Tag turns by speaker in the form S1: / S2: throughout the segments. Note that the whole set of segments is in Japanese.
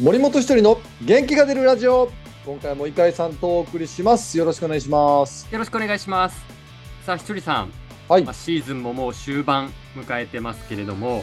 S1: 森本一人の元気が出るラジオ今回も井上さんとお送りしますよろしくお願いします
S2: よろしくお願いします。さあ、ひとりさん、
S1: はい
S2: まあ、シーズンももう終盤迎えてますけれども、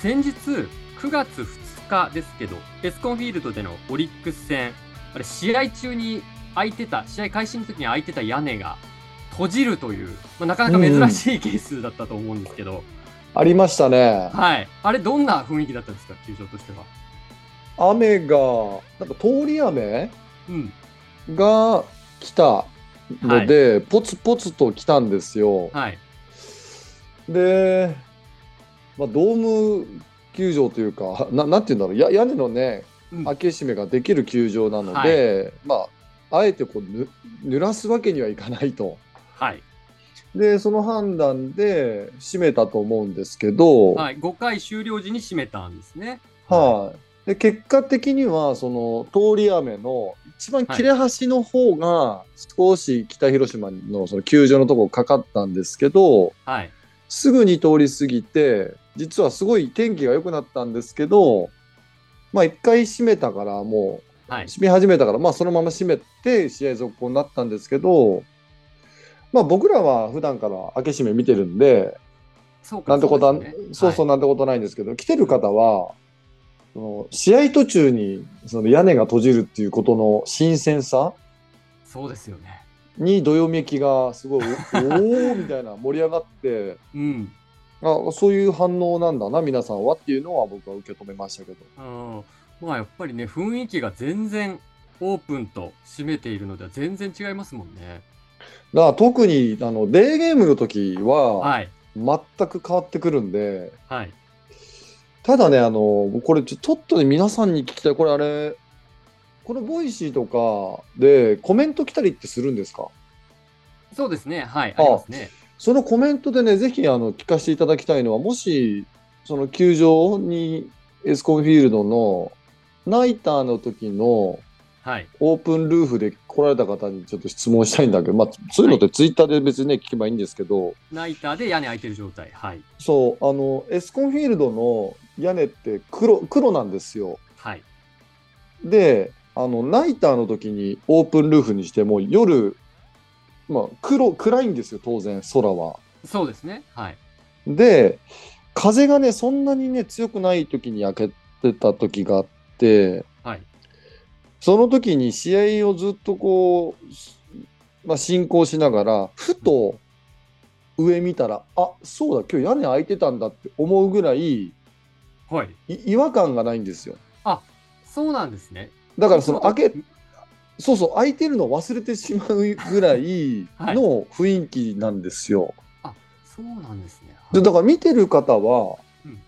S2: 先日9月2日ですけど、エスコンフィールドでのオリックス戦、あれ試合中に開いてた試合開始の時に開いてた屋根が閉じるという、まあ、なかなか珍しいケースだったと思うんですけど、
S1: ありましたね
S2: はい、あれどんな雰囲気だったんですか、球場としては。
S1: 雨がなんか通り雨
S2: うん、
S1: が来たので、ポツポツと来たんですよ
S2: はい、
S1: で、まあ、ドーム球場というか ななんて言うんだろうや屋根のね
S2: うん
S1: 開け閉めができる球場なので、まああえてこうぬ濡らすわけにはいかないと。
S2: はい、
S1: でその判断で閉めたと思うんですけど、はい
S2: はい、5回終了時に閉めたんですね。
S1: で結果的にはその通り雨の一番切れ端の方が少し北広島のその球場のとこかかったんですけど
S2: はい、
S1: すぐに通り過ぎて実はすごい天気が良くなったんですけどまあ一回閉めたからもう
S2: はい、
S1: 閉め始めたから、まあ、そのまま閉めて試合続行になったんですけど、まあ、僕らは普段から開け閉め見てるんで。
S2: そうか
S1: なんてことは
S2: そうですね
S1: そうそう
S2: は
S1: なんてことないんですけど、来てる方は、その試合途中にその屋根が閉じるっていうことの新鮮さ
S2: いそうですよね。
S1: にどよめきがすごい、おおーみたいな盛り上がって、
S2: うん。
S1: あそういう反応なんだな、皆さんはっていうのは僕は受け止めましたけど。
S2: あのまあやっぱりね雰囲気が全然オープンと締めているのでは全然違いますもんね。
S1: だから特にあのデーゲームの時は
S2: はい
S1: 全く変わってくるんで、
S2: はい
S1: ただね、あの、これちょちょっとね、皆さんに聞きたい、これあれ、このボイシーとかでコメント来たりってするんですか
S2: そうですねはい
S1: あ
S2: ありますね
S1: そのコメントでね、ぜひあの聞かせていただきたいのは、もし、その球場にエスコンフィールドのナイターの時の
S2: はい
S1: オープンルーフで来られた方にちょっと質問したいんだけど、まあ、そういうのってツイッターで別にね、聞けばいいんですけど、
S2: ナイターで屋根開いてる状態はい
S1: そう、あの、エスコンフィールドの屋根って黒、黒なんですよ。
S2: はい
S1: で、あの、ナイターの時にオープンルーフにしても、夜、まあ、黒、暗いんですよ、当然、空は。
S2: そうですねはい
S1: で風がねそんなにね強くない時に開けてた時があって
S2: はい
S1: その時に試合をずっとこう、まあ、進行しながらふと上見たらあそうだ今日屋根開いてたんだって思うぐらいい
S2: はい
S1: 違和感がないんですよ
S2: そうなんですね。
S1: だからその開け
S2: け
S1: そうそう開いてるのを忘れてしまうぐらいの雰囲気なんですよ、
S2: そうなんですね。
S1: でだから見てる方は、
S2: うん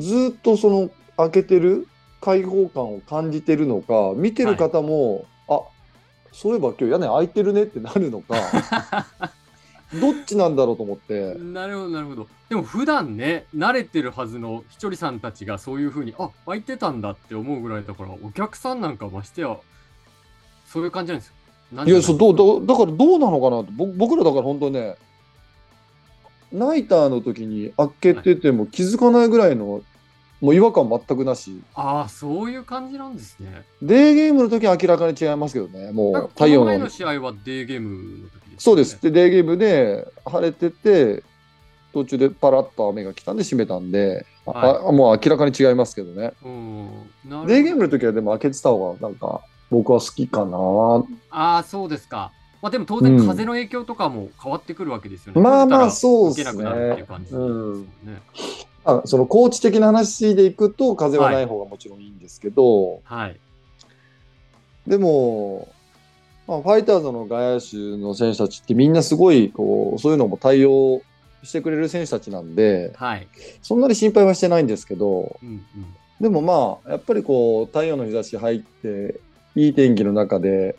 S1: ずーっとその開けてる開放感を感じてるのか見てる方も、あそういえば今日屋根開いてるねってなるのか どっちなんだろうと思って
S2: なるほどなるほど。でも普段ね慣れてるはずのひとりさんたちがそういうふうにあ開いてたんだって思うぐらいだからお客さんなんかましてやそういう感じなんですよ。なん
S1: い
S2: じゃな
S1: や
S2: い
S1: そうどうどうだからどうなのかなとぼ僕らだから本当ねナイターの時に開けてても気づかないぐらいのもう違和感全くなし
S2: ああそういう感じなんですね。
S1: デーゲームの時は明らかに違いますけどね
S2: な
S1: も
S2: んか
S1: う
S2: こ
S1: 太
S2: の
S1: 陽
S2: 前
S1: の
S2: の試合はデーゲームの時です、ね。
S1: そうです。。で、デーゲームで晴れてて、途中でパラッと雨が来たんで閉めたんで、あ
S2: は
S1: あもう明らかに違いますけどね。
S2: うん。なるほど
S1: デーゲームの時はでも開けてた方が、なんか、僕は好きかな。
S2: ああ、そうですか。まあでも当
S1: う
S2: 然
S1: ん
S2: 風の影響とかも変わってくるわけですよね。
S1: まあまあ
S2: 閉じたら
S1: そうっすね
S2: 受けなくなるっていう感じですもんね。
S1: あその、コーチ的な話でいくと、風はない方がもちろんいいんですけど、
S2: はい。
S1: でも、まあ、ファイターズの外野手の選手たちってみんなすごい、こう、そういうのも対応してくれる選手たちなんで、
S2: はい。
S1: そんなに心配はしてないんですけど、
S2: うんうん。
S1: でもまあ、やっぱりこう、太陽の日差し入って、いい天気の中で、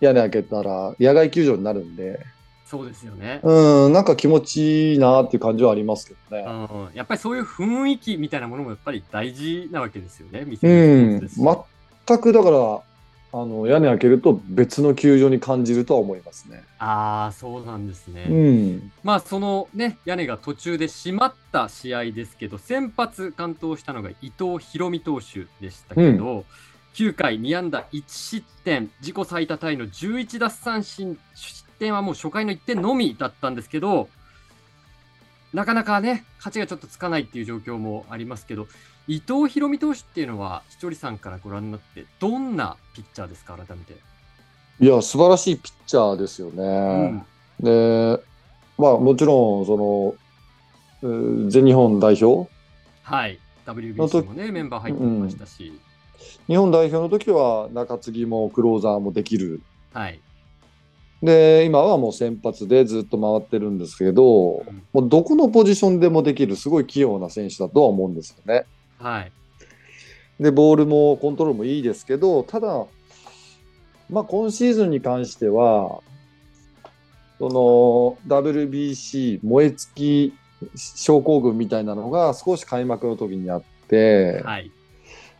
S1: 屋根開けたら、野外球場になるんで、
S2: そうですよね。
S1: うん、なんか気持ちいいなっていう感じはありますけどね。
S2: うん、やっぱりそういう雰囲気みたいなものもやっぱり大事なわけですよね。
S1: う
S2: 店の一つ
S1: ん
S2: で、すし
S1: 全くだから、あの屋根開けると別の球場に感じるとは思いますね。
S2: ああ、そうなんですね。
S1: うん、
S2: まあ、そのね、屋根が途中で閉まった試合ですけど、先発完投したのが伊藤博美投手でしたけど、9回2安打1失点、自己最多タイの11奪三振、失点はもう初回の1点のみだったんですけど、なかなかね、勝ちがちょっとつかないっていう状況もありますけど、伊藤博美投手っていうのは、ひとりさんからご覧になって、どんなピッチャーですか、改めて。
S1: いや素晴らしいピッチャーですよね。
S2: うん、
S1: で、まあ、もちろんそのえー全日本代表
S2: はい、WBC もね、メンバー入ってましたし、
S1: 日本代表の時は中継ぎもクローザーもできる
S2: はい。
S1: で今はもう先発でずっと回ってるんですけど
S2: うん
S1: もうどこのポジションでもできるすごい器用な選手だとは思うんですよね。
S2: はい。
S1: でボールもコントロールもいいですけどただ、まあ、今シーズンに関してはその WBC 燃え尽き症候群みたいなのが少し開幕の時にあって、
S2: はい。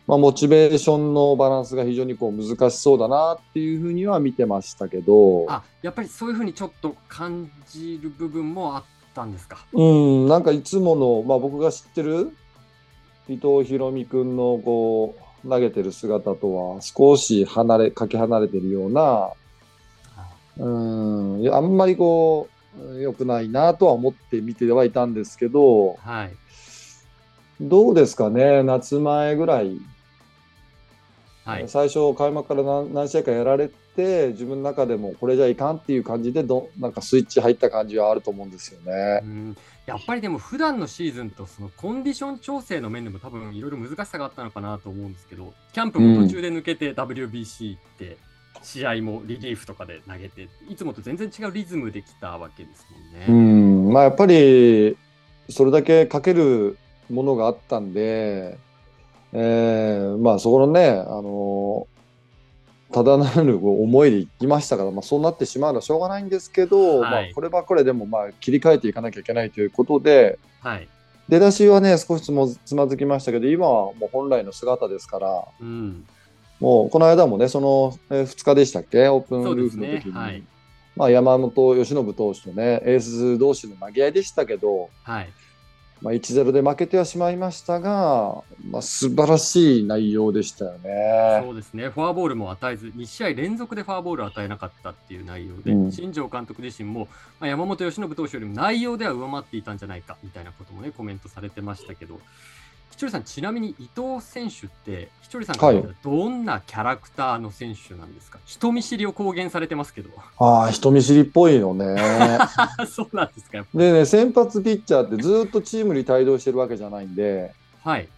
S1: まあ、モチベーションのバランスが非常にこう難しそうだなっていうふうには見てましたけど
S2: あ、やっぱりそういうふうにちょっと感じる部分もあったんですか。
S1: うんなんかいつもの、まあ、僕が知ってる伊藤博美君のこう投げてる姿とは少し離れかけ離れてるようなうん、いやあんまりこう、良くないなとは思って見てはいたんですけど、
S2: はい。
S1: どうですかね、夏前ぐらい、
S2: はい。
S1: 最初、開幕から何何試合かやられて、自分の中でもこれじゃいかんっていう感じでど、なんかスイッチ入った感じはあると思うんですよね
S2: う。ん、やっぱりでも普段のシーズンとそのコンディション調整の面でも多分いろいろ難しさがあったのかなと思うんですけどキャンプも途中で抜けて WBC って試合もリリーフとかで投げていつもと全然違うリズムできたわけですもんね。
S1: うん、まあやっぱり、それだけかけるものがあったんで、えーまあそこのね、あのただならぬこう思いでいきましたから、まあ、そうなってしまうのはしょうがないんですけど、
S2: はい
S1: まあ、こればっかりでもまあ切り替えていかなきゃいけないということで
S2: はい、
S1: 出だしはね少しつもつまずきましたけど今はもう本来の姿ですから
S2: うん
S1: もうこの間もねその、え2日でしたっけオープン
S2: そう
S1: ルー
S2: です
S1: フの
S2: ね
S1: 時に、
S2: はい
S1: まあ、山本由伸投手とねエース同士の投げ合いでしたけど、
S2: はい
S1: まあ、1-0で負けてはしまいましたが、まあ、素晴らしい内容でしたよね。
S2: そうですね、フォアボールも与えず、2試合連続でフォアボールを与えなかったっていう内容で、
S1: うん
S2: 新庄監督自身も、まあ、山本由伸投手よりも内容では上回っていたんじゃないかみたいなこともね、コメントされてましたけど、ひとりさん、ちなみに伊藤選手って、ひとりさんから見たらどんなキャラクターの選手なんですか、人見知りを公言されてますけど、
S1: ああ、人見知りっぽいよね。
S2: そうなんですか、やっ
S1: でね、先発ピッチャーってずっとチームに帯同してるわけじゃないんで、
S2: ぱはい、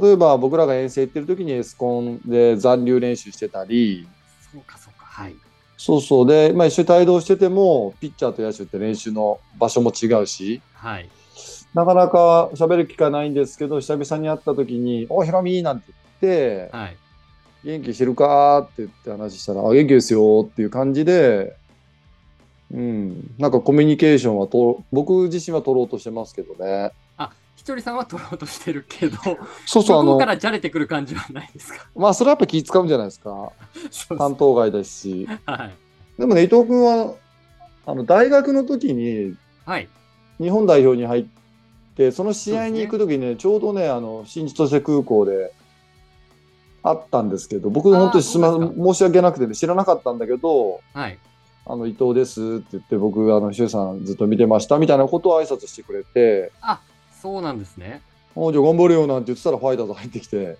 S1: 例えば僕らが遠征行ってる時にエスコンで残留練習してたり、
S2: そうか、そうか、はい、
S1: そうそう、で、まあ、一緒に帯同してても、ピッチャーと野手って練習の場所も違うし、
S2: はい、
S1: なかなか喋る機会ないんですけど、久々に会った時に、お、ヒロミなんて言って、
S2: はい、
S1: 元気してるかって言って話したら、あ、元気ですよっていう感じで、うん、なんかコミュニケーションはと、僕自身は取ろうとしてますけどね。
S2: あひとりさんは取ろうとしてるけど、
S1: そう
S2: そ
S1: そう、あ
S2: こ
S1: の
S2: か、らじゃれてくる感じはないですか。
S1: まあ、それはやっぱ気使うんじゃないですか。
S2: そうです
S1: 担当外ですし。
S2: はい
S1: でもね、伊藤君は、あの、大学の時に
S2: はい。
S1: 日本代表に入って、その試合に行く時にね、ちょうどね、あの、新千歳空港で、あったんですけど、僕
S2: あー
S1: 本当にすま
S2: そうです
S1: 申し訳なくてね、知らなかったんだけど、
S2: はい。
S1: あの伊藤ですって言って僕あの周さんずっと見てましたみたいなことを挨拶してくれて
S2: あ、そうなんですね。
S1: 「おうじゃあ頑張るよ」なんて言ってたらファイターズ入ってきて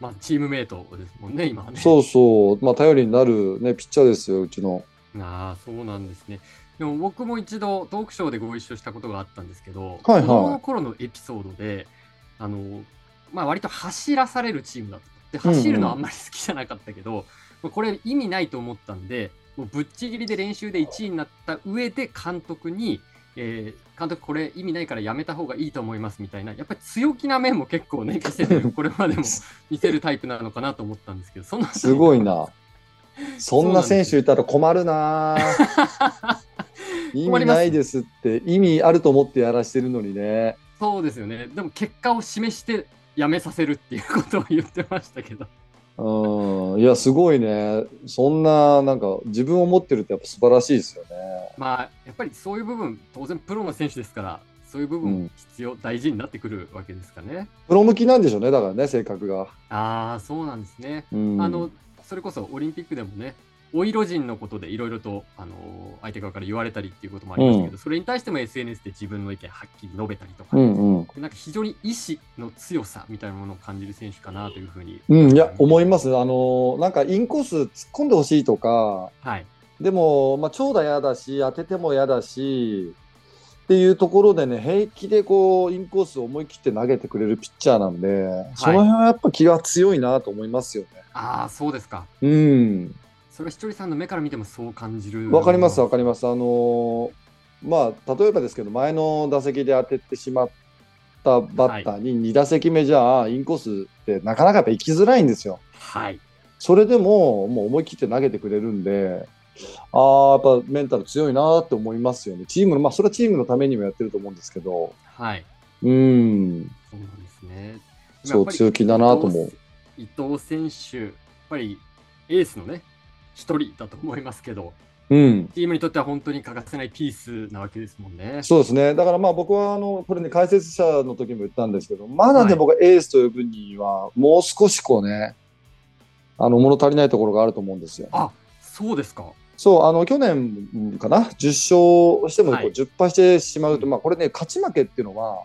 S2: まあ、チームメイトですもんね、今はね。
S1: そうそう、まあ、頼りになる、ね、ピッチャーですようちの。
S2: ああ、そうなんですね。でも僕も一度トークショーでご一緒したことがあったんですけど、
S1: はいはい
S2: 子供の頃のエピソードで、あの、まあ割と走らされるチームだった。で、
S1: うんうん
S2: 走るのはあんまり好きじゃなかったけど、まあこれ意味ないと思ったんで、もうぶっちぎりで練習で1位になった上で監督に、えー監督これ意味ないからやめた方がいいと思いますみたいな、やっぱり強気な面も結構ね、見せて る、これまでも見せるタイプなのかなと思ったんですけど、そんな
S1: すごい な。そんな選手いたら困るな。意味ないですって意味あると思ってやらしてるのにね。
S2: そうですよね。でも結果を示して辞めさせるっていうことを言ってましたけど。
S1: うんいやすごいねそんななんか自分を持ってるってやっぱ素晴らしいですよね。
S2: まあ、やっぱりそういう部分、当然プロの選手ですから、そういう部
S1: う
S2: 分
S1: ん、
S2: 必要、大事になってくるわけですかね。
S1: プロ向きなんでしょうねだからね性格が。
S2: ああ、そうなんですね。
S1: うん、
S2: あの、それこそオリンピックでもね、お色人のことでいろいろと、あのー相手側から言われたりっていうこともありましたけど、それに対しても SNS で自分の意見はっきり述べたりとか、
S1: うんうん
S2: なんか非常に意志の強さみたいなものを感じる選手かなというふうに。
S1: うん、いや思いますあのなんかインコース突っ込んでほしいとか
S2: はい。
S1: でも、まあ、長打嫌だし当てても嫌だしっていうところでね平気でこうインコースを思い切って投げてくれるピッチャーなんで、その辺はやっぱ気が強いなと思いますよね。
S2: ああ、そうですか。
S1: うん
S2: それはひとりさんの目から見てもそう感じる。
S1: わかりますわかります。あのーまあ例えばですけど前の打席で当ててしまったバッターに2打席目じゃあインコースってなかなかやっぱ行きづらいんですよ。
S2: はい。
S1: それでももう思い切って投げてくれるんで、ああやっぱメンタル強いなって思いますよね。チームのまあそれはチームのためにもやってると思うんですけど、
S2: はい。
S1: うん、
S2: そうなんですね。
S1: そう強気だなと思う。
S2: 伊藤選手、やっぱりエースのね、一人だと思いますけど、
S1: うん。
S2: チームにとっては本当に欠かせないピースなわけですもんね。
S1: そうですねだからまあ僕はあのこれね解説者の時も言ったんですけどまだ
S2: は
S1: ね
S2: い
S1: 僕はエースと呼ぶにはもう少しこうねあの物足りないところがあると思うんですよ。
S2: あそうですか。
S1: そうあの去年かな10勝してもこう
S2: はい
S1: 10敗してしまうと、
S2: うん
S1: まあこれね勝ち負けっていうのは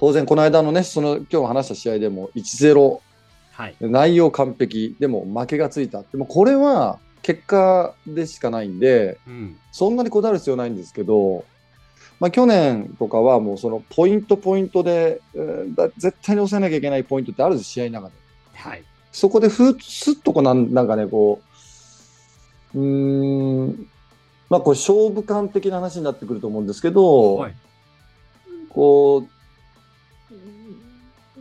S1: 当然この間のねその今日話した試合でも1-0
S2: はい。
S1: 内容完璧でも負けがついたでもこれは結果でしかないんで
S2: うん。
S1: そんなにこだわる必要ないんですけど、まあ、去年とかはもうそのポイントポイントで、えーだ絶対に抑えなきゃいけないポイントってあるんです試合の中で
S2: はい。
S1: そこでふーっすっとこうなんなんかねこううーんまあこれ勝負感的な話になってくると思うんですけど、
S2: はい。
S1: こ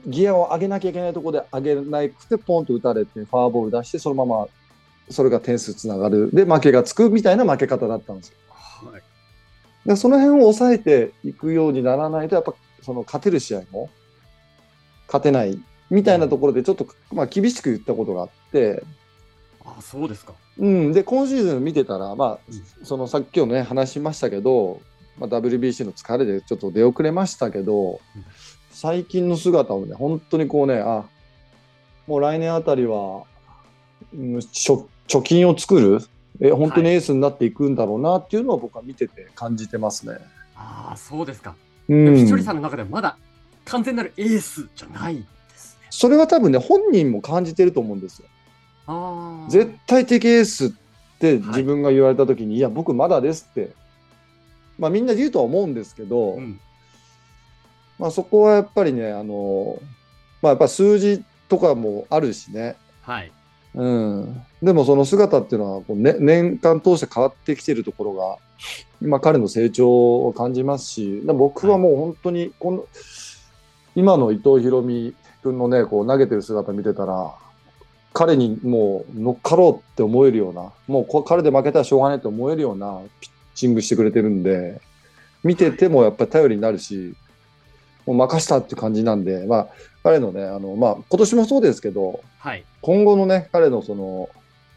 S1: うギアを上げなきゃいけないところで上げなくてポンと打たれてフォアボール出してそのままそれが点数つながるで負けがつくみたいな負け方だったんですよ
S2: はい。
S1: でその辺を抑えていくようにならないと、やっぱその勝てる試合も勝てないみたいなところで、ちょっと、まあ、厳しく言ったことがあって、
S2: あそうですか。
S1: うん、で今シーズン見てたら、ま
S2: う
S1: あ、そのさっきもね、話しましたけど、まあ、WBC の疲れでちょっと出遅れましたけど
S2: うん、
S1: 最近の姿をね、本当にこうね、あもう来年あたりは、うん、貯貯金を作る、え本当にエースになっていくんだろうなっていうのを僕は見てて感じてますね。
S2: ああ、そうですか。
S1: う
S2: でも
S1: ん、
S2: ひとりさんの中ではまだ完全なるエースじゃないですね。
S1: それは多分ね本人も感じてると思うんですよ。
S2: ああ。
S1: 絶対的エースって
S2: はい
S1: 自分が言われた時に、い、や僕まだですって、まあ、みんなで言うとは思うんですけど、
S2: うん。
S1: まあ、そこはやっぱりねあの、まあ、やっぱ数字とかもあるしね、
S2: はい。
S1: うん、でもその姿っていうのはこう、ね、年間通して変わってきてるところが今彼の成長を感じますしで僕はもう本当にこの、今の伊藤博美君のねこう投げてる姿見てたら彼にもう乗っかろうって思えるようなもうこ彼で負けたらしょうがないと思えるようなピッチングしてくれてるんで見ててもやっぱり頼りになるしもう任したって感じなんで、まあ、彼のねあの、まあ、今年もそうですけど
S2: はい。
S1: 今後のね彼のその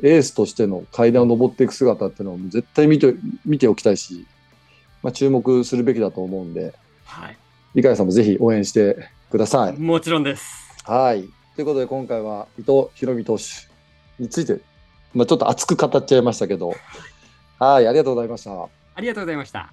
S1: エースとしての階段を上っていく姿っていうのを絶対見て見ておきたいし、まあ、注目するべきだと思うんで
S2: はい。
S1: 理解さんもぜひ応援してください。
S2: もちろんです。
S1: はいということで今回は伊藤博美投手について、まあ、ちょっと熱く語っちゃいましたけどはいありがとうございました。
S2: ありがとうございました。